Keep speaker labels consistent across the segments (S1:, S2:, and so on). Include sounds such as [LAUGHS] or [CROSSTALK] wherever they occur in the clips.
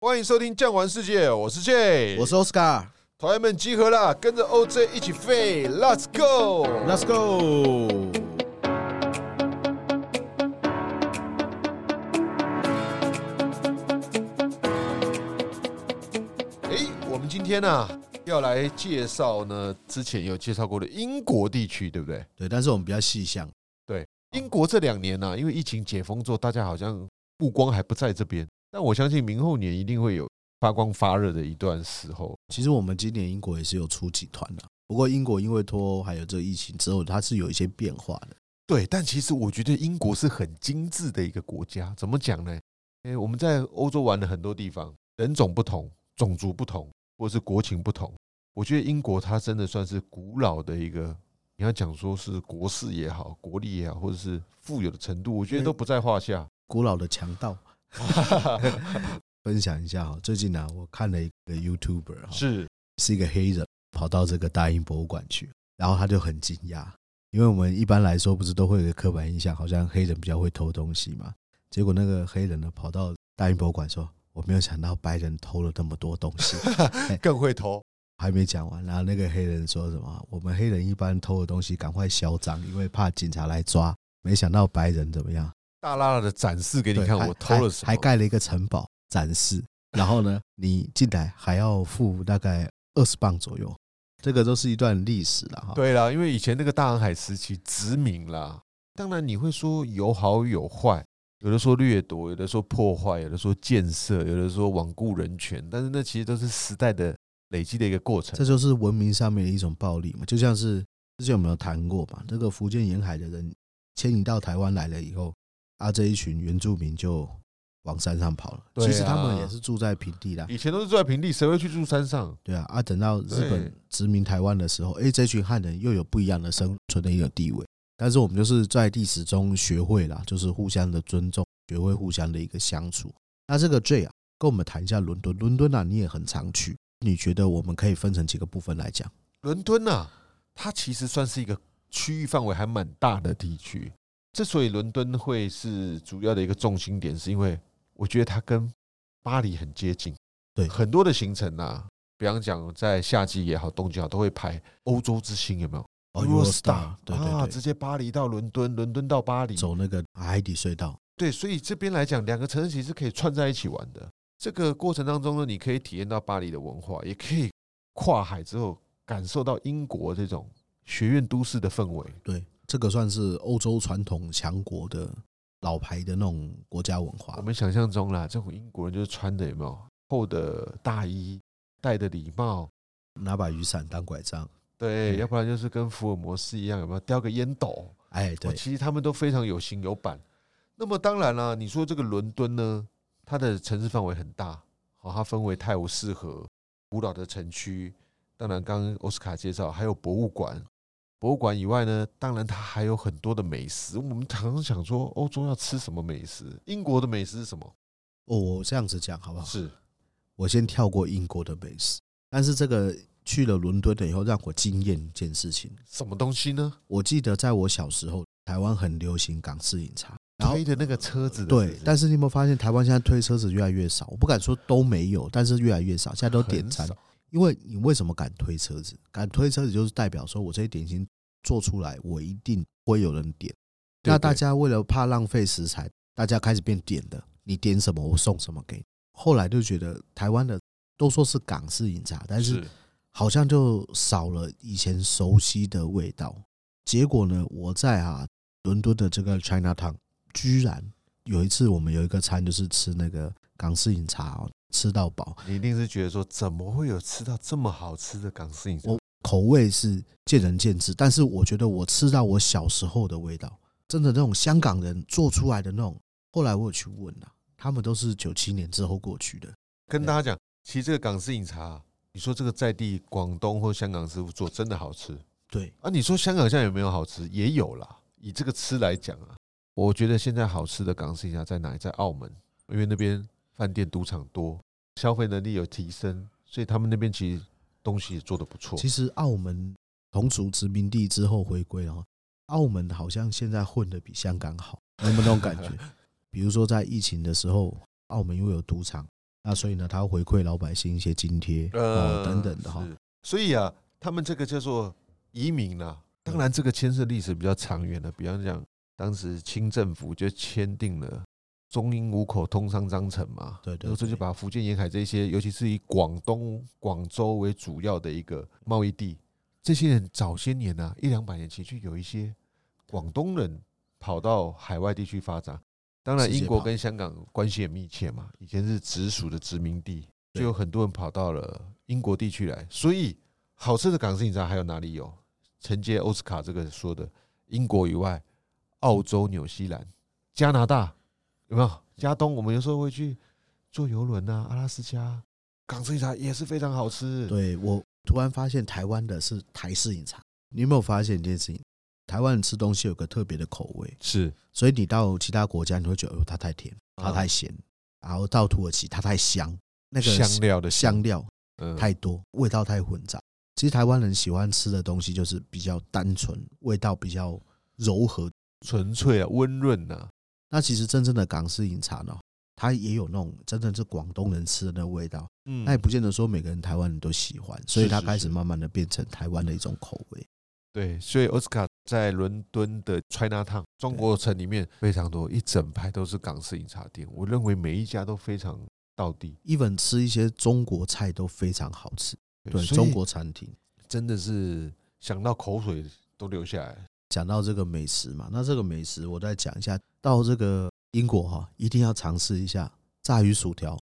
S1: 欢迎收听《酱玩世界》，我是 J，
S2: 我是 Oscar。
S1: 团员们集合啦，跟着 OJ 一起飞，Let's go！
S2: Let's go！
S1: 诶，我们今天呢、啊要来介绍呢，之前有介绍过的英国地区，对不对？
S2: 对，但是我们比较细项，
S1: 英国这两年呢、啊因为疫情解封之后，大家好像目光还不在这边，但我相信明后年一定会有发光发热的一段时候。
S2: 其实我们今年英国也是有出几团的、不过英国因为脱欧还有这个疫情之后，它是有一些变化的。
S1: 对，但其实我觉得英国是很精致的一个国家。怎么讲呢？诶，我们在欧洲玩了很多地方，人种不同，种族不同，或是国情不同。我觉得英国它真的算是古老的一个，你要讲说是国势也好，国力也好，或者是富有的程度，我觉得都不在话下。
S2: 古老的强盗，分享一下哈。最近呢、我看了一个 YouTuber 哈，
S1: 是
S2: 是一个黑人，跑到这个大英博物馆去，然后他就很惊讶，因为我们一般来说不是都会有一个刻板印象，好像黑人比较会偷东西嘛。结果那个黑人呢，跑到大英博物馆说：“我没有想到白人偷了那么多东西。”
S1: [LAUGHS] 更会偷，
S2: 还没讲完，然后那个黑人说什么？我们黑人一般偷的东西赶快销赃，因为怕警察来抓。没想到白人怎么样？
S1: 大拉拉的展示给你
S2: 对
S1: 看
S2: 还
S1: 我偷了什么，
S2: 还还盖了一个城堡展示。然后呢，你进来还要付大概二十磅左右，这个都是一段历史了哈。，
S1: 对啦，因为以前那个大航海时期殖民啦，当然你会说有好有坏，有的说掠夺，有的说破坏，有的说建设，有的说罔顾人权，但是那其实都是时代的累积的一个过程
S2: 这。就是文明上面的一种暴力嘛，就像是之前有没有谈过嘛？这个福建沿海的人迁移到台湾来了以后，啊，这一群原住民就往山上跑了。
S1: 对啊
S2: 其实他们也是住在平地啦，
S1: 以前都是住在平地，谁会去住山上？
S2: 对啊，啊，等到日
S1: 对
S2: 本殖民台湾的时候，哎、这群汉人又有不一样的生存的一个地位。但是我们就是在历史中学会啦，就是互相的尊重，学会互相的一个相处。那这个 J 啊，跟我们谈一下伦敦。伦敦啊，你也很常去，你觉得我们可以分成几个部分来讲？
S1: 伦敦呐、它其实算是一个区域范围还蛮大的地区。之所以伦敦会是主要的一个重心点，是因为我觉得它跟巴黎很接近。
S2: 对
S1: 很多的行程呐、啊比方讲在夏季也好，冬季也好，都会排欧洲之星，有没有
S2: 哦
S1: Eurostar，
S2: 对
S1: 啊，
S2: 对
S1: 直
S2: 对，
S1: 接巴黎到伦敦，伦敦到巴黎，
S2: 走那个海底隧道，
S1: 对，所以这边来讲，两个城市其实可以串在一起玩的。这个过程当中呢，你可以体验到巴黎的文化，也可以跨海之后感受到英国这种学院都市的氛围。
S2: 对，这个算是欧洲传统强国的老牌的那种国家文化
S1: 我。们想象中啦，这种英国人就是穿的有没有厚的大衣，戴的礼帽，
S2: 拿把雨伞当拐杖，
S1: 对，
S2: 对
S1: 要不然就是跟福尔摩斯一样，有没有叼个烟斗？
S2: 哎，
S1: 哦
S2: 对，
S1: 其实他们都非常有型有板。那么当然啦、你说这个伦敦呢，它的城市范围很大，好、它分为泰晤士河、古老的城区，当然刚刚奥斯卡介绍，还有博物馆。博物馆以外呢，当然它还有很多的美食。我们常常想说，欧洲要吃什么美食？英国的美食是什么？
S2: 哦，我这样子讲好不好？
S1: 是
S2: 我先跳过英国的美食，但是这个去了伦敦了以后，让我惊艳一件事情。
S1: 什么东西呢？
S2: 我记得在我小时候，台湾很流行港式饮茶，然后
S1: 推的那个车子的是不
S2: 对
S1: 是，
S2: 但是你有没有发现台湾现在推车子越来越少？我不敢说都没有，但是越来越少，现在都点
S1: 很
S2: 餐
S1: 少。
S2: 因为你为什么敢推车子？敢推车子就是代表说我这些点心做出来，我一定会有人点。
S1: 对
S2: 那
S1: 对
S2: 大家为了怕浪费食材，大家开始变点的，你点什么我送什么给你。后来就觉得台湾的都说是港式饮茶，但是好像就少了以前熟悉的味道。结果呢，我在啊伦敦的这个 China Town，居然有一次我们有一个餐就是吃那个港式饮茶、哦，吃到饱，
S1: 你一定是觉得说，怎么会有吃到这么好吃的港式饮茶
S2: 我？口味是见仁见智，但是我觉得我吃到我小时候的味道，真的那种香港人做出来的那种。后来我有去问啊，他们都是九七年之后过去的，
S1: 跟大家讲，其实这个港式饮茶啊，你说这个在地广东或香港师傅做真的好吃
S2: 对，
S1: 啊？你说香港现在有没有好吃？也有啦。以这个吃来讲啊，我觉得现在好吃的港式饮茶在哪里？在澳门，因为那边饭店赌场多，消费能力有提升，所以他们那边其实东西也做得不错。
S2: 其实澳门同属殖民地之后回归了哦，澳门好像现在混得比香港好，有没有那种感觉？比如说在疫情的时候，澳门因为有赌场，那所以呢，他回馈老百姓一些津贴
S1: 呃
S2: 哦等等的哈。
S1: 是所以啊，他们这个叫做移民啦、
S2: 嗯
S1: 当然，这个牵涉历史比较长远了。比方讲，当时清政府就签订了中英五口通商章程嘛，
S2: 对对
S1: 那时候就
S2: 对
S1: 把福建沿海这些，尤其是以广东广州为主要的一个贸易地，这些人早些年呢、啊，一两百年前就有一些广东人跑到海外地区发展。当然，
S2: 世界
S1: 英国
S2: 跑
S1: 跟香港关系也密切嘛，以前是直属的殖民地，就
S2: 对
S1: 有很多人跑到了英国地区来。所以，好吃的港式饮茶还有哪里有？承接奥斯卡这个说的，英国以外，澳洲、纽西兰、加拿大，有没有？加东，我们有时候会去坐游轮啊，阿拉斯加，港式饮茶也是非常好吃。，
S2: 对我突然发现台湾的是台式饮茶，你有没有发现一件事情？台湾人吃东西有个特别的口味，
S1: 是
S2: 所以你到其他国家你会觉得，哦，它太甜，它
S1: 啊
S2: 太咸，然后到土耳其它太香，那个
S1: 香料的
S2: 香料
S1: 嗯
S2: 太多，味道太混杂。其实台湾人喜欢吃的东西就是比较单纯，味道比较柔和。
S1: 纯粹啊，温润呐，
S2: 那其实真正的港式饮茶呢，它也有那种真正是广东人吃的那味道，
S1: 嗯
S2: 那也不见得说每个人台湾人都喜欢，所以它
S1: 是是
S2: 开始
S1: 是
S2: 慢慢的变成台湾的一种口味。
S1: 对，所以奥斯卡在伦敦的 China Town 中国城里面非常多，一整排都是港式饮茶店。我认为每一家都非常到地，
S2: even 吃一些中国菜都非常好吃，
S1: 所
S2: 对
S1: 以
S2: 中国餐厅。
S1: 真的是想到口水都流下来。
S2: 讲到这个美食嘛，那这个美食我再讲一下，到这个英国哈、一定要尝试一下炸鱼薯条，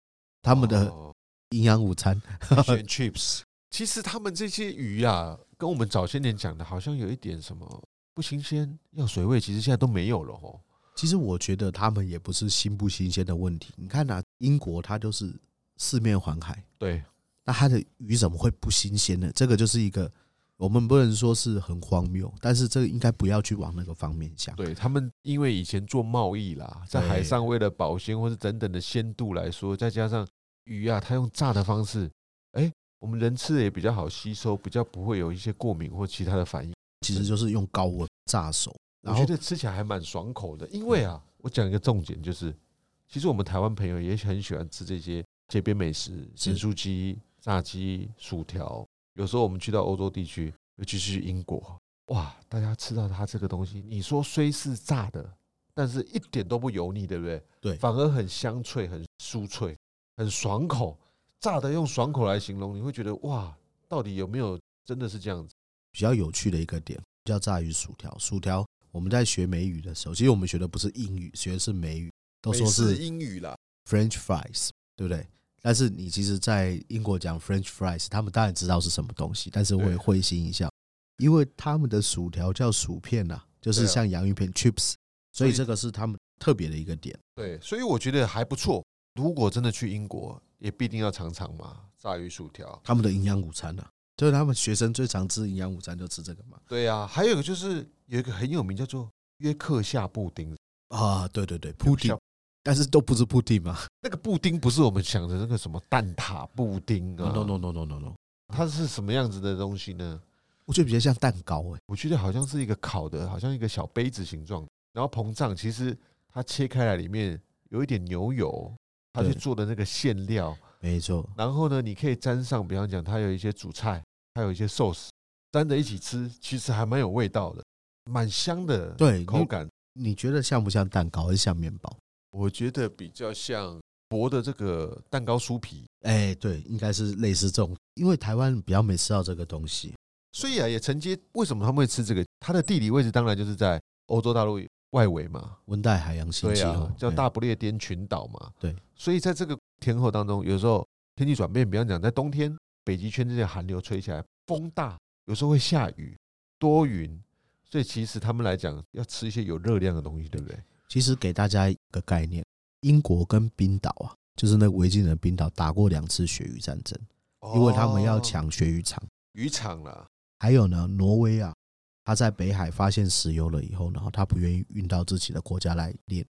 S2: 他们的 [LAUGHS]
S1: 哦
S2: 营养午餐。
S1: fish and chips，其实他们这些鱼啊，跟我们早些年讲的好像有一点什么不新鲜，要水味，其实现在都没有了哦。
S2: [LAUGHS] 其实我觉得他们也不是新不新鲜的问题，你看呐、啊英国它就是四面环海，
S1: 对，
S2: 那它的鱼怎么会不新鲜呢？这个就是一个我们不能说是很荒谬，但是这个应该不要去往那个方面想。
S1: 对他们，因为以前做贸易啦，在海上为了保鲜或是等等的鲜度来说，再加上鱼啊，它用炸的方式，哎，我们人吃的也比较好吸收，比较不会有一些过敏或其他的反应。
S2: 其实就是用高温炸熟，
S1: 我
S2: 然后嗯
S1: 觉得吃起来还蛮爽口的。因为啊，我讲一个重点，就是其实我们台湾朋友也很喜欢吃这些街边美食，
S2: 是
S1: 咸酥鸡、炸鸡、薯条。有时候我们去到欧洲地区，尤其是英国，哇，大家吃到它这个东西，你说虽是炸的，但是一点都不油腻，对不对？
S2: 对
S1: 反而很香脆、很酥脆、很爽口。炸的用爽口来形容，你会觉得哇，到底有没有真的是这样子？
S2: 比较有趣的一个点，叫炸鱼薯条。薯条我们在学美语的时候，其实我们学的不是英语，学的是美语，都说
S1: 美式
S2: 是
S1: 英语啦，
S2: French fries，对不对？但是你其实，在英国讲 French fries，他们当然知道是什么东西，但是我
S1: 对
S2: 也会心一笑，因为他们的薯条叫薯片呐、啊，就是
S1: 对啊
S2: 像洋芋片 chips，所
S1: 所以
S2: 以这个是他们特别的一个点。
S1: 对，所以我觉得还不错。如果真的去英国，也必定要尝尝嘛，炸鱼薯条。
S2: 他们的营养午餐呐、啊，就是他们学生最常吃营养午餐就吃这个嘛。
S1: 对啊，还有一个就是有一个很有名叫做约克夏布丁，
S2: 啊，对对对，布丁
S1: 像，
S2: 但是都不是布丁嘛。
S1: 那个布丁不是我们想的那个什么蛋挞布丁啊
S2: No no no no no no，
S1: 它是什么样子的东西呢？
S2: 我觉得比较像蛋糕哎、
S1: 我记得好像是一个烤的，好像一个小杯子形状，然后膨胀。其实它切开来里面有一点牛油，它去
S2: 对
S1: 做的那个馅料，
S2: 没错，
S1: 然后呢，你可以沾上，比方讲，它有一些主菜，还有一些 sauce，沾着一起吃，其实还蛮有味道的，蛮香的，
S2: 对你
S1: 口感。
S2: 你觉得像不像蛋糕，还是像面包？
S1: 我觉得比较像薄的这个蛋糕酥皮，
S2: 哎、对，应该是类似这种，因为台湾比较没吃到这个东西。
S1: 所以啊，也承接为什么他们会吃这个？它的地理位置当然就是在欧洲大陆外围嘛，
S2: 温带海洋性
S1: 对
S2: 气候、
S1: 啊，叫
S2: 哎
S1: 大不列颠群岛嘛，
S2: 对。
S1: 所以在这个天候当中，有时候天气转变，比方讲在冬天，北极圈这些寒流吹起来，风大，有时候会下雨，多云，所以其实他们来讲要吃一些有热量的东西，对不对？
S2: 其实给大家一个概念，英国跟冰岛啊，就是那个维京人的冰岛打过两次鳕鱼战争，因为他们
S1: 哦
S2: 要抢鳕鱼场。
S1: 渔场啦，
S2: 还有呢，挪威啊，他在北海发现石油了以后，然后他不愿意运到自己的国家来炼，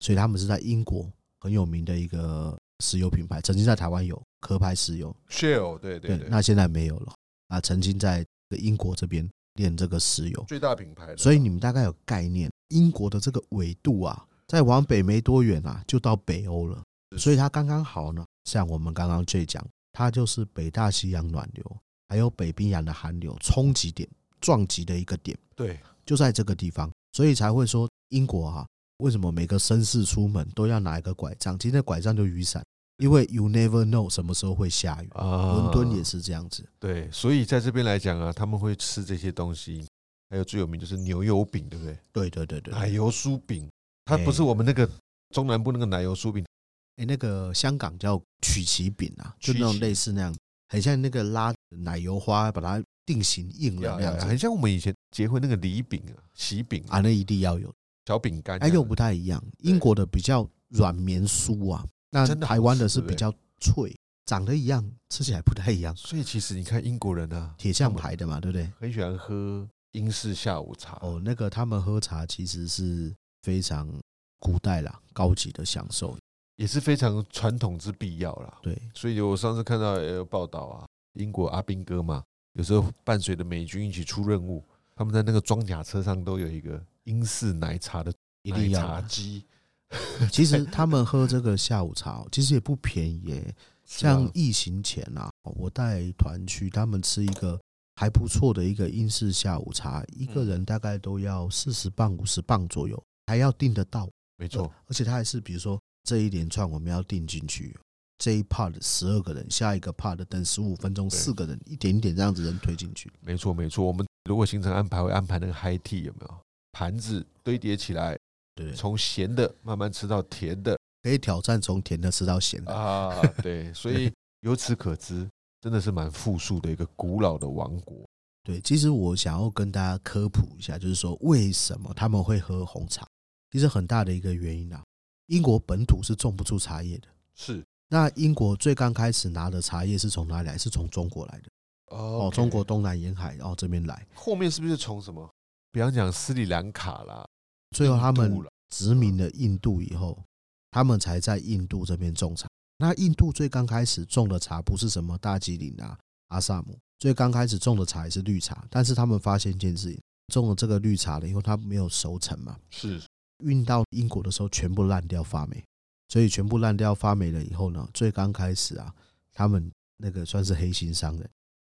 S2: 所以他们是在英国很有名的一个石油品牌，曾经在台湾有壳牌石油，
S1: ，shell，对对对，
S2: 那现在没有了啊。曾经在英国这边炼这个石油，
S1: 最大品牌的，
S2: 所以你们大概有概念，英国的这个纬度啊，再往北没多远啊，就到北欧了，所以它刚刚好呢，像我们刚刚最讲，它就是北大西洋暖流还有北冰洋的寒流冲击点、撞击的一个点，
S1: 对，
S2: 就在这个地方，所以才会说英国哈、为什么每个绅士出门都要拿一个拐杖？今天拐杖就雨伞，因为 you never know 什么时候会下雨。
S1: 啊
S2: 伦敦也是这样子，
S1: 对，所以在这边来讲啊，他们会吃这些东西，还有最有名就是牛油饼，对不对？
S2: 对对对对。
S1: 奶
S2: 哎、
S1: 油酥饼，它不是
S2: 哎
S1: 我们那个中南部那个奶油酥饼，
S2: 那个香港叫曲奇饼啊，就
S1: 曲
S2: 那种
S1: 奇
S2: 类似那样，很像那个拉奶油花把它定型硬了那样
S1: 很
S2: 子
S1: 像我们以前结婚那个礼饼啊、喜饼啊、
S2: 啊，那一定要有。
S1: 小饼干这
S2: 哎，
S1: 样的。
S2: 又不太一样，英国的比较软绵酥啊，那
S1: 真的好
S2: 台湾的
S1: 吃欸
S2: 是
S1: 对不
S2: 比
S1: 对
S2: 较脆，长得一样，吃起来不太
S1: [LAUGHS]
S2: 一样。
S1: 所以其实你看英国人啊，
S2: 铁
S1: 他
S2: 匠
S1: 们
S2: 牌的嘛，对不对？
S1: 很喜欢喝英式下午茶。
S2: 哦，那个他们喝茶其实是非常古代啦，高级的享受。
S1: 也是非常传统之必要啦。
S2: 对，
S1: 所以我上次看到也有报道啊，英国阿兵哥嘛，有时候伴随着美军一起出任务，他们在那个装甲车上都有一个英式奶茶的
S2: 一定要
S1: 奶茶
S2: 的。
S1: 机。[LAUGHS]
S2: 其实他们喝这个下午茶哦，其实也不便宜欸耶。
S1: 是啊
S2: 像疫情前啊，我带团去，他们吃一个还不错的一个英式下午茶，一个
S1: 嗯
S2: 人大概都要四十磅、五十磅左右，还要订得到。
S1: 没错，
S2: 而且它还是比如说这一连串我们要定进去，这一 part 十二个人，下一个 part 等十五分钟
S1: 对
S2: 四个人，一点一点这样子人推进去。
S1: 没错，没错。我们如果行程安排会安排那个 high tea 有没有？盘子堆叠起来，
S2: 对，
S1: 从咸的慢慢吃到甜的
S2: 可以挑战从甜的吃到咸的。
S1: 啊， [LAUGHS] 对，所以由此可知，真的是蛮富庶的一个古老的王国。
S2: 对，其实我想要跟大家科普一下，就是说为什么他们会喝红茶，其实很大的一个原因啊，英国本土是种不出茶叶的。
S1: 是
S2: 那英国最刚开始拿的茶叶是从哪里来？是从中国来的哦，
S1: 哦
S2: 中国东南沿海哦这边来。
S1: 后面是不是从什么？比方讲斯里兰卡啦，
S2: 最后他
S1: 印
S2: 们
S1: 度啦
S2: 殖民了印度以后，他们才在印度这边种茶。那印度最刚开始种的茶不是什么大吉岭啊、阿萨姆，最刚开始种的茶也是绿茶。但是他们发现一件事情，种了这个绿茶了以后，它没有熟成嘛，
S1: 是
S2: 运到英国的时候全部烂掉发霉，所以全部烂掉发霉了以后呢，最刚开始啊，他们那个算是黑心商人，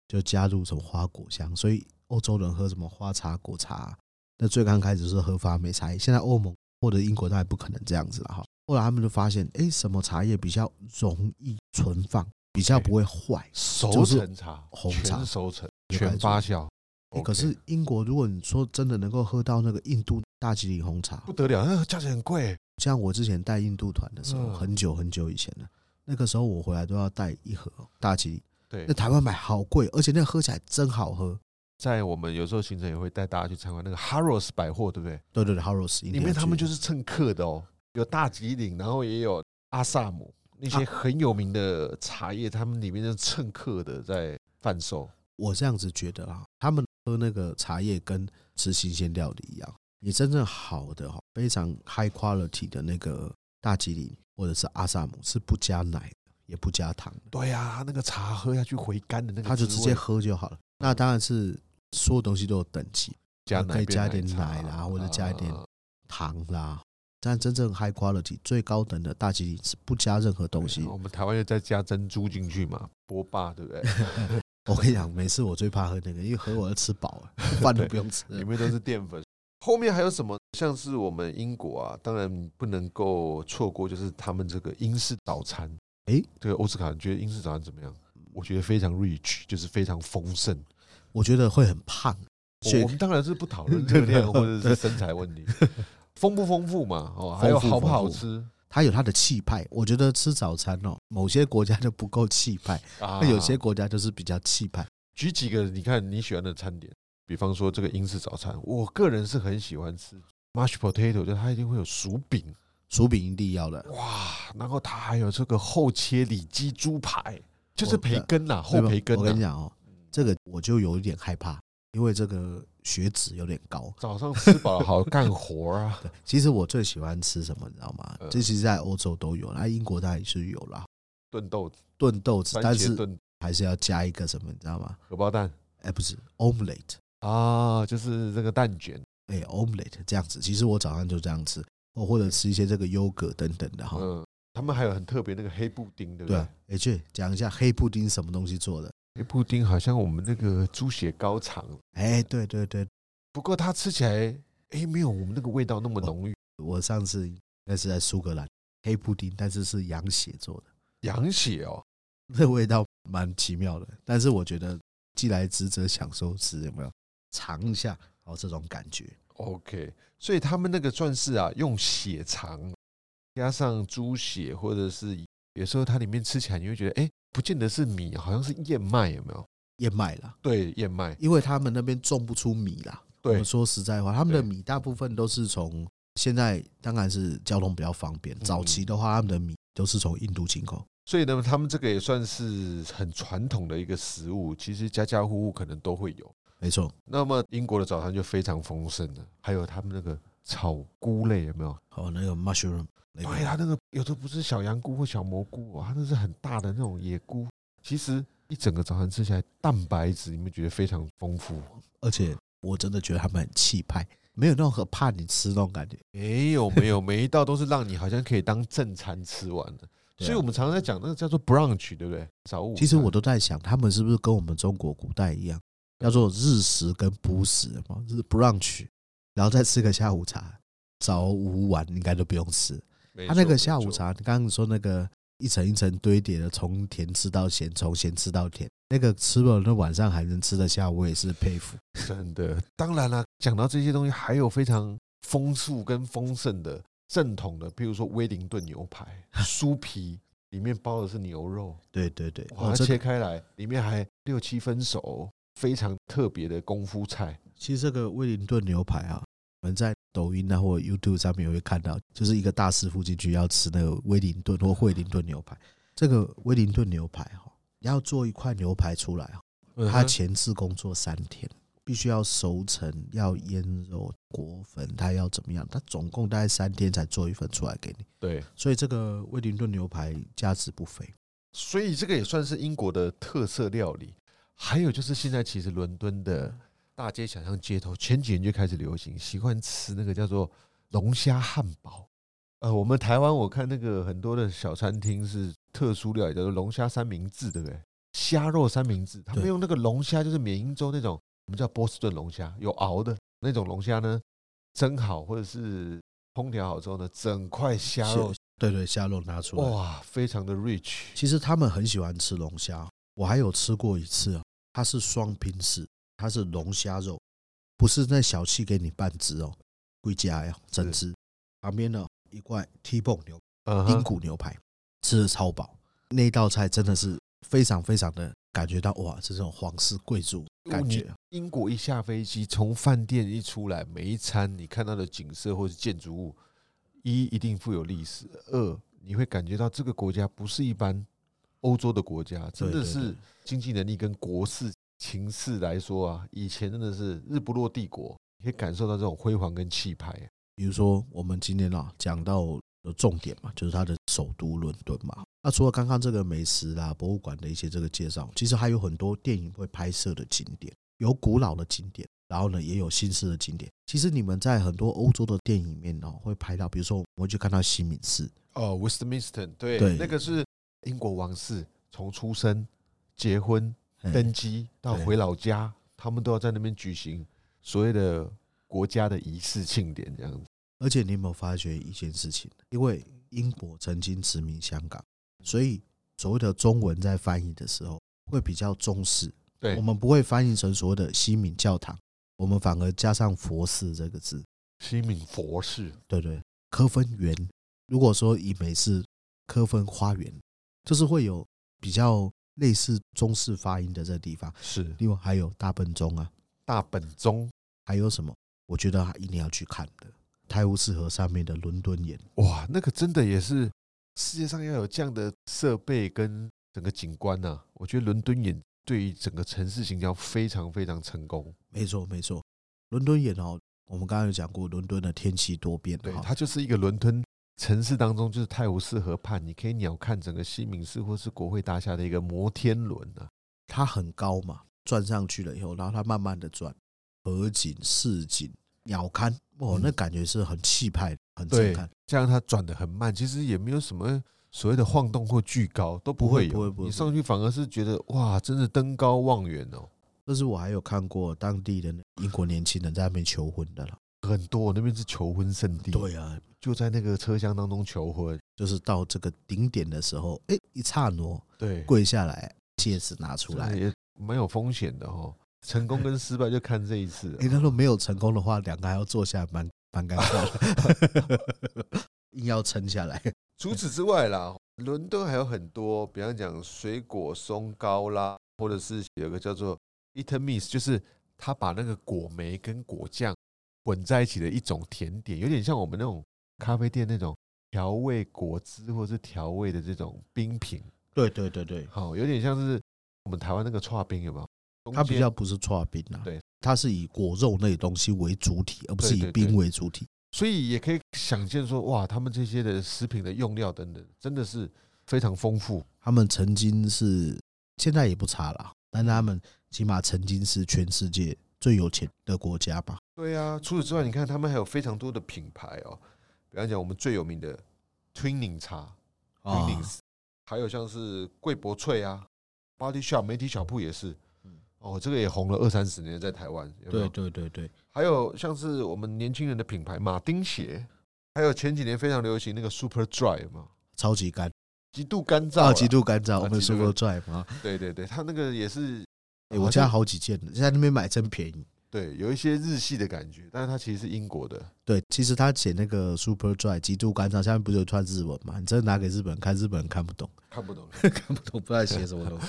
S2: 就加入什么花果香，所以欧洲人喝什么花茶、果茶啊、那最刚开始是喝发霉茶叶，现在欧盟或者英国当然不可能这样子了哈。后来他们就发现，哎，什么茶叶比较容易存放，比较不会坏。
S1: 熟
S2: 就是
S1: 成茶，
S2: 红茶
S1: 全熟成，
S2: 就该
S1: 全发酵。
S2: 诶
S1: OK
S2: 可是英国，如果你说真的能够喝到那个印度大吉岭红茶，
S1: 不得了，那价钱很贵。
S2: 像我之前带印度团的时候，
S1: 嗯
S2: 很久很久以前了，那个时候我回来都要带一盒大吉利，
S1: 对
S2: 那，台湾买好贵，而且那个喝起来真好喝。
S1: 在我们有时候行程也会带大家去参观那个 Harrods 百货，对不对？
S2: 对对对，Harrods
S1: 里面他们就是是蹭客的哦，有大吉岭，然后也有阿萨姆那些很有名的茶叶，他们里面是蹭客的在贩售。
S2: 我这样子觉得啊，他们喝那个茶叶跟吃新鲜料理一样，你真正好的哈，非常 high quality 的那个大吉利或者是阿萨姆是不加奶的，也不加糖的，
S1: 对呀、那个茶喝下去回甘的那个滋味，
S2: 他就直接喝就好了。那当然是所有东西都有等级，
S1: 加奶
S2: 呃可以
S1: 变
S2: 加一点
S1: 茶
S2: 奶啦或者加一点
S1: 啊
S2: 糖啦，但真正 high quality 最高等的大吉利是不加任何东西
S1: 对。我们台湾又再加珍珠进去嘛，波霸对不对？
S2: 我跟你讲，每次我最怕喝那个，因为喝我要吃饱
S1: [LAUGHS]
S2: 了，饭都不用吃
S1: 里
S2: 了。
S1: 面都是淀粉。后面还有什么？像是我们英国啊，当然不能够错过，就是他们这个英式早餐。
S2: 诶
S1: 这个欧斯卡，你觉得英式早餐怎么样？我觉得非常 rich，就是非常丰盛。
S2: 我觉得会很胖，
S1: 我
S2: 所以
S1: 我们当然是不讨论热量或者是身材问
S2: [LAUGHS]
S1: 题，丰不丰富嘛？哦，还有
S2: 丰富
S1: 好不好
S2: 丰富
S1: 吃
S2: 它有它的气派。我觉得吃早餐哦，某些国家就不够气派，
S1: 啊
S2: 那有些国家就是比较气派。
S1: 举几个你看你喜欢的餐点，比方说这个英式早餐，我个人是很喜欢吃 mashed potato，就是它一定会有薯饼，
S2: 薯饼一定要的，
S1: 哇，然后它还有这个厚切里脊猪排，就是
S2: 我
S1: 培根呐、
S2: 对
S1: 厚
S2: 吧
S1: 培根、啊
S2: 我跟你
S1: 呐。
S2: 讲哦，这个我就有一点害怕，因为这个血脂有点高。
S1: 早上吃饱好干活啊，
S2: 对，其实我最喜欢吃什么，你知道吗？
S1: 嗯
S2: 这其实在欧洲都有，那英国当然也是有啦，
S1: 炖豆子、
S2: 炖豆子，
S1: 番
S2: 但
S1: 茄
S2: 是
S1: 炖
S2: 还是要加一个什么，你知道吗？
S1: 荷包蛋
S2: 哎，不是 omelette，
S1: 啊，就是这个蛋卷，
S2: 哎 omelette 这样子。其实我早上就这样吃，哦，或者吃一些这个优格等等的哈。
S1: 嗯，他们还有很特别那个黑布丁，对不对？
S2: 对啊，哎，去讲一下黑布丁什么东西做的？
S1: 黑布丁好像我们那个猪血糕肠，
S2: 哎，对对对，
S1: 不过它吃起来，哎，没有我们那个味道
S2: 哦
S1: 那么浓郁。
S2: 我上次应该是在苏格兰黑布丁，但是是羊血做的，
S1: 羊血哦，
S2: 这味道蛮奇妙的。但是我觉得既来之则享受之，有没有尝一下？哦，这种感觉，
S1: OK，所以他们那个算是啊，用血肠加上猪血，或者是有时候它里面吃起来，你会觉得，哎、不见得是米，好像是燕麦，有没有？
S2: 燕麦啦，
S1: 对，燕麦，
S2: 因为他们那边种不出米啦。我
S1: 对
S2: 们说实在话，他们的
S1: 对
S2: 米大部分都是从现在当然是交通比较方便，
S1: 嗯
S2: 早期的话他们的米都是从印度进口。
S1: 所以呢，他们这个也算是很传统的一个食物，其实家家户户可能都会有。
S2: 没错，
S1: 那么英国的早餐就非常丰盛了，还有他们那个炒菇类，有没有？
S2: 哦，那个 mushroom，那
S1: 对，啊
S2: 个
S1: 它那个有的不是小羊菇或小蘑菇、哦，它那是很大的那种野菇。其实一整个早餐吃起来，蛋白质你们觉得非常丰富。
S2: 而且我真的觉得他们很气派，没有那种很怕你吃那种感觉。
S1: 没有没有，每一道都是让你好像可以当正餐吃完的。
S2: 对啊
S1: 所以我们常常在讲那个叫做 brunch，对不对？早午餐。
S2: 其实我都在想，他们是不是跟我们中国古代一样，叫做日食跟补食嘛，就是 brunch，然后再吃个下午茶，早午晚应该都不用吃。
S1: 没
S2: 他
S1: 错
S2: 那个下午，
S1: 没错
S2: 茶，你刚刚你说那个一层一层堆叠的，从甜吃到咸，从咸吃到甜，那个吃了那晚上还能吃得下，我也是佩服。
S1: 真的。当然啦、讲到这些东西，还有非常丰富跟丰盛的正统的，譬如说威灵顿牛 [LAUGHS] 排，酥皮里面包的是牛肉，
S2: 对对对，
S1: 哇，
S2: 哦
S1: 它
S2: 这
S1: 切
S2: 个
S1: 开来里面还六七分熟，非常特别的功夫菜。
S2: 其实这个威灵顿牛排啊，我们在抖音啊或者 YouTube 上面也会看到，就是一个大师傅进去要吃那个威灵顿或惠灵顿牛排。这个威灵顿牛排哈、要做一块牛排出来哈、
S1: 嗯
S2: 它前置工作三天，必须要熟成，要腌肉、裹粉，它要怎么样？它总共大概三天才做一份出来给你，
S1: 对，
S2: 所以这个威灵顿牛排价值不菲。
S1: 所以这个也算是英国的特色料理。还有就是现在其实伦敦的大街小巷、街头，前几年就开始流行喜欢吃那个叫做龙虾汉堡。呃，我们台湾我看那个很多的小餐厅是特殊料理，叫做龙虾三明治，对不对？虾肉三明治，他们
S2: 对
S1: 用那个龙虾，就是缅因州那种，我们叫波士顿龙虾，有熬的那种龙虾呢，蒸好或者是烹调好之后呢，整块虾肉，
S2: 对对，虾肉拿出来。
S1: 哇，非常的 rich。
S2: 其实他们很喜欢吃龙虾，我还有吃过一次哦，它是双拼式，它是龙虾肉，不是那小气给你半只哦，贵家呀，整只，旁边呢一块 T bone 牛
S1: 嗯哼
S2: 丁骨牛排，吃的超饱，那一道菜真的是非常非常的感觉到哇，这种皇室贵族感觉，
S1: 英国一下飞机，从饭店一出来，每一餐你看到的景色或是建筑物，一一定富有历史，二你会感觉到这个国家不是一般欧洲的国家，真的
S2: 对对
S1: 是
S2: 对
S1: 经济能力跟国势情势来说啊，以前真的是日不落帝国，你可以感受到这种辉煌跟气派。
S2: 比如说我们今天啊讲到的重点嘛，就是它的首都伦敦嘛。那除了刚刚这个美食啦、博物馆的一些这个介绍，其实还有很多电影会拍摄的景点，有古老的景点，然后呢也有新式的景点。其实你们在很多欧洲的电影里面哦会拍到，比如说我们会去看到西敏寺，
S1: 哦，Westminster，对
S2: 对
S1: 那个是英国王室从出生、结婚、
S2: 哎
S1: 登基到
S2: 对
S1: 回老家，他们都要在那边举行所谓的国家的仪式庆典，这样子。
S2: 而且你有没有发觉一件事情？因为英国曾经殖民香港，所以所谓的中文在翻译的时候会比较中式，
S1: 对
S2: 我们不会翻译成所谓的西敏教堂，我们反而加上佛寺这个字，
S1: 西敏佛寺，
S2: 对不对？科芬园，如果说以美式科芬花园，就是会有比较类似中式发音的这个地方。
S1: 是
S2: 另外还有大笨钟啊，
S1: 大本钟，
S2: 还有什么？我觉得一定要去看的泰晤士河上面的伦敦眼。
S1: 哇，那个真的也是世界上要有这样的设备跟整个景观呐、我觉得伦敦眼对于整个城市形象非常非常成功。
S2: 没错，没错。伦敦也哦，我们刚刚有讲过，伦敦的天气多变，
S1: 对，
S2: 哈
S1: 它就是一个伦敦城市当中，就是泰晤士河畔，你可以鸟瞰整个西敏寺或是国会大厦的一个摩天轮啊。
S2: 它很高嘛，转上去了以后，然后它慢慢的转，河景、市景、鸟瞰，哦，
S1: 嗯
S2: 那感觉是很气派的，很
S1: 对
S2: 震撼。
S1: 加上它转的很慢，其实也没有什么所谓的晃动或巨高都不
S2: 不会
S1: 会有，
S2: 不会不会
S1: 你上去反而是觉得哇，真是登高望远哦，
S2: 但是我还有看过当地的英国年轻人在那边求婚的了。
S1: 很多那边是求婚圣地，，
S2: 对啊，
S1: 就在那个车厢当中求婚，
S2: 就是到这个顶点的时候，哎、一刹那
S1: 对，
S2: 跪下来，戒指拿出来。
S1: 真的也蛮有风险的哦，成功跟失败就看这一次了
S2: 哎、，那如果没有成功的话，两个还要坐下来，蛮蛮尴尬 [LAUGHS] 的，硬要撑下来。
S1: 除此之外啦，伦敦还有很多，比方讲水果松糕啦，或者是有个叫做 Eaten Mix，就是他把那个果梅跟果酱混在一起的一种甜点，有点像我们那种咖啡店那种调味果汁或是调味的这种冰品，
S2: 对对对对，
S1: 好、有点像是我们台湾那个刨冰有没有？中
S2: 它比
S1: 间
S2: 较不是刨冰啊，
S1: 对，
S2: 它是以果肉类东西为主体，而不是
S1: 对
S2: 以
S1: 对对
S2: 冰为主体。
S1: 所以也可以想见说，哇，他们这些的食品的用料等等，真的是非常丰富。
S2: 他们曾经是，现在也不差啦，但他们起码曾经是全世界最有钱的国家吧。
S1: 对啊，除此之外，你看他们还有非常多的品牌哦，比方讲我们最有名的 Twinning 茶，Twinnings，、还
S2: 啊
S1: 有像是贵博萃啊，Body Shop 媒体小铺也是
S2: 嗯，
S1: 哦，这个也红了二三十年，在台湾有没有
S2: 对？对对对，
S1: 还有像是我们年轻人的品牌马丁鞋，还有前几年非常流行那个 Super Dry 嘛，
S2: 超级干
S1: 极度干燥
S2: 燥，
S1: 啦，
S2: 啊极度干燥，我们
S1: 极
S2: 说
S1: 度啊
S2: 过拽嘛。
S1: 对对对，它那个也是
S2: 哎，
S1: 好
S2: 我
S1: 像
S2: 家好几件呢，在那边买真便宜。
S1: 对有一些日系的感觉，但是它其实是英国的，
S2: 对，其实他写那个 Super Dry 极度干燥，下面不是有一串日文嘛？你真的拿给日本人看，日本人看不懂， [LAUGHS]
S1: 看不懂。
S2: 看不懂不知道写什么东西。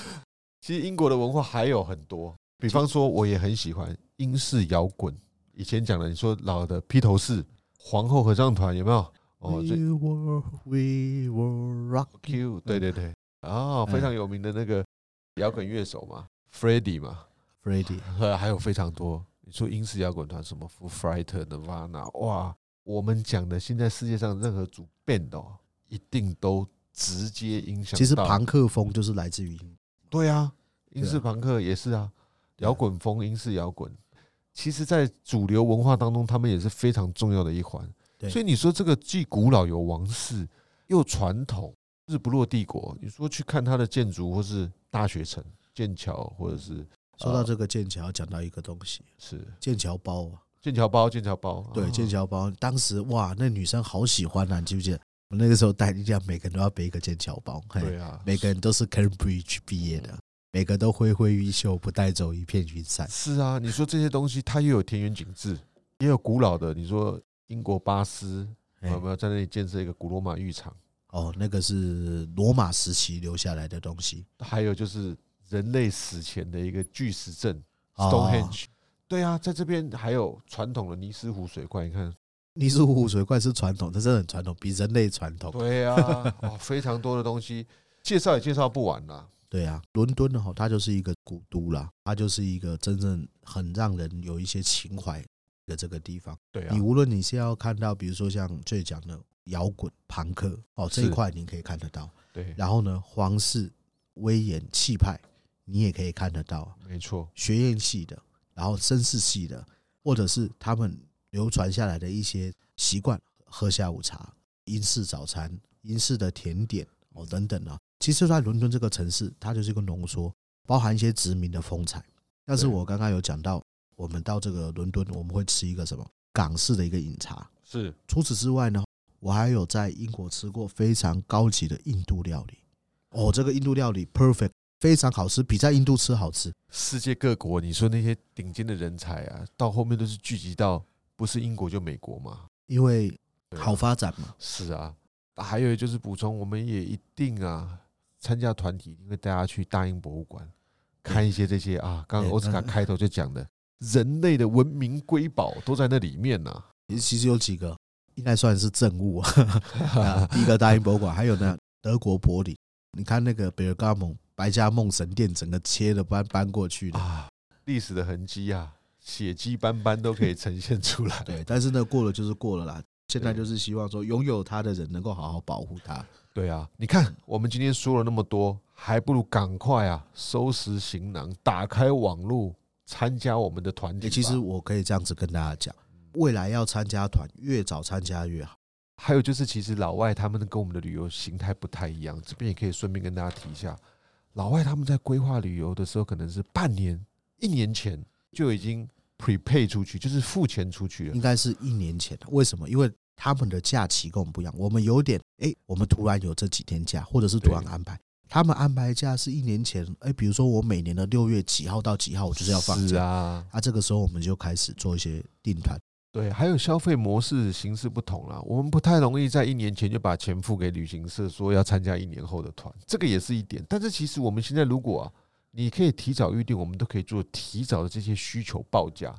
S1: 其实英国的文化还有很多，比方说我也很喜欢英式摇滚。以前讲的，你说老的披头士、皇后合唱团有没有？哦，最
S2: We were, we were rock.
S1: Q，对对对，哦，
S2: 嗯
S1: 非常有名的那个摇滚乐手嘛 f r e d d y 嘛，
S2: Freddy，
S1: 呃，还有非常多。你说英式摇滚团什么 Foo Fighter、Nirvana，哇，我们讲的现在世界上任何组 band 哦，一定都直接影响到。
S2: 其实朋克风就是来自于英
S1: 对啊，
S2: 对
S1: 英式
S2: 啊
S1: 朋克也是啊，
S2: 对啊
S1: 摇滚风、英式摇滚，其实，在主流文化当中，他们也是非常重要的一环。
S2: 对
S1: 所以你说这个既古老有王室，又传统，日不落帝国。你说去看它的建筑，或是大学城、剑桥，或者是
S2: 说到
S1: 呃
S2: 这个剑桥，讲到一个东西，
S1: 是
S2: 剑桥包啊，
S1: 剑桥包、剑桥包，
S2: 对，
S1: 啊
S2: 剑桥包，当时哇，那女生好喜欢啊，你记不记得？我那个时候带力量，每个人都要背一个剑桥包，嘿
S1: 对啊，
S2: 每个人都是 Cambridge 毕业的，每个都挥挥衣袖，不带走一片云散。
S1: 是啊，你说这些东西，它又有田园景致，也有古老的。你说英国巴斯
S2: 嘿
S1: 有没有在那里建设一个古罗马浴场？
S2: 哦，那个是罗马时期留下来的东西。
S1: 还有就是人类史前的一个巨石阵
S2: 哦
S1: Stonehenge。对啊，在这边还有传统的尼斯湖水怪，你看，
S2: 尼斯湖水怪是传统，它真的很传统，比人类传统。
S1: 对啊，哦，非常多的东西，介绍也介绍不完啦。
S2: 对啊，伦敦的话，它就是一个古都啦，它就是一个真正很让人有一些情怀的这个地方。
S1: 对啊
S2: 你，无论你是要看到，比如说像最讲的摇滚、朋克哦这一
S1: 是
S2: 块，你可以看得到。
S1: 对，
S2: 然后呢，皇室威严气派，你也可以看得到。啊
S1: 没错，
S2: 学院系的，然后绅士系的，或者是他们流传下来的一些习惯，喝下午茶、英式早餐、英式的甜点哦等等啊。其实，在伦敦这个城市，它就是一个浓缩，包含一些殖民的风采。但是
S1: 对
S2: 我刚刚有讲到，我们到这个伦敦，我们会吃一个什么港式的一个饮茶。
S1: 是
S2: 除此之外呢，我还有在英国吃过非常高级的印度料理。哦，这个印度料理 perfect，非常好吃，比在印度吃好吃。
S1: 世界各国，你说那些顶尖的人才啊，到后面都是聚集到不是英国就美国嘛。
S2: 因为
S1: 对啊
S2: 好发展嘛。
S1: 是啊，还有就是补充，我们也一定啊，参加团体一定会带他去大英博物馆看一些这些啊，刚刚
S2: 对
S1: 奥斯卡
S2: 那
S1: 开头就讲的，人类的文明瑰宝都在那里面啊呐、
S2: 其实其实有几个应该算是政务 [LAUGHS] 啊，啊第一个大英博物馆，还有呢德国柏林。你看那个贝尔加蒙白家梦神殿，整个切的搬搬过去的。
S1: 啊，历史的痕迹啊，血迹斑斑都可以呈现出
S2: [LAUGHS]
S1: 来。
S2: 对，但是呢，过了就是过了啦。现在
S1: 对
S2: 就是希望说，拥有它的人能够好好保护它。
S1: 对啊，你看我们今天说了那么多，还不如赶快啊，收拾行囊，打开网络，参加我们的团体
S2: 诶，
S1: 吧。
S2: 其实我可以这样子跟大家讲，未来要参加团，越早参加越好。
S1: 还有就是，其实老外他们跟我们的旅游形态不太一样，这边也可以顺便跟大家提一下，老外他们在规划旅游的时候，可能是半年、一年前就已经 prepay 出去，就是付钱出去了
S2: 应。该是一年前的。为什么？因为他们的假期跟我们不一样，我们有点哎、诶我们突然有这几天假，或者是突然
S1: 对
S2: 安排。他们安排假是一年前，哎、比如说我每年的六月几号到几号，我就是要放
S1: 是
S2: 假。
S1: 啊，
S2: 啊，这个时候我们就开始做一些订团，
S1: 对，还有消费模式形式不同啦，我们不太容易在一年前就把钱付给旅行社，说要参加一年后的团，这个也是一点。但是其实我们现在如果啊，你可以提早预定，我们都可以做提早的这些需求报价。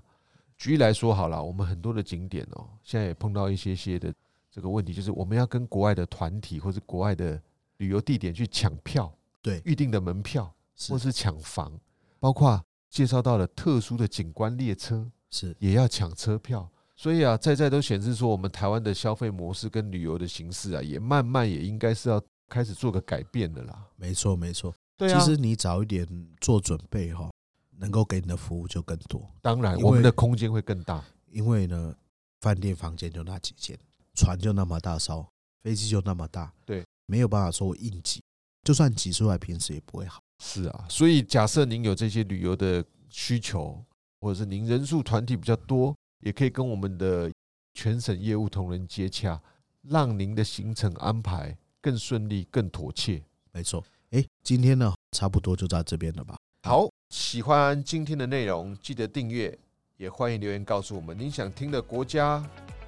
S1: 举例来说好了，我们很多的景点哦、现在也碰到一些些的这个问题，就是我们要跟国外的团体或者国外的旅游地点去抢票，
S2: 对
S1: 预定的门票
S2: 是
S1: 或是抢房，包括介绍到了特殊的景观列车，
S2: 是
S1: 也要抢车票。所以啊，在在都显示说，我们台湾的消费模式跟旅游的形式啊，也慢慢也应该是要开始做个改变的啦。
S2: 没错没错。
S1: 对啊
S2: 其实你早一点做准备哈，能够给你的服务就更多，
S1: 当然
S2: 因为
S1: 我们的空间会更大。
S2: 因为呢，饭店房间就那几间，船就那么大艘，飞机就那么大，
S1: 对，
S2: 没有办法说我硬挤，就算挤出来，平时也不会好。
S1: 是啊，所以假设您有这些旅游的需求，或者是您人数团体比较多，也可以跟我们的全省业务同仁接洽，让您的行程安排更顺利、更妥切。
S2: 没错，哎，今天呢，差不多就到这边了吧？
S1: 好，喜欢今天的内容，记得订阅，也欢迎留言告诉我们您想听的国家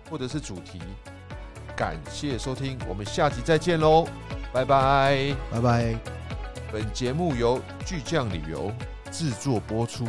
S1: 或者是主题。感谢收听，我们下集再见喽，拜拜。
S2: 拜拜。
S1: 本节目由巨匠旅游制作播出。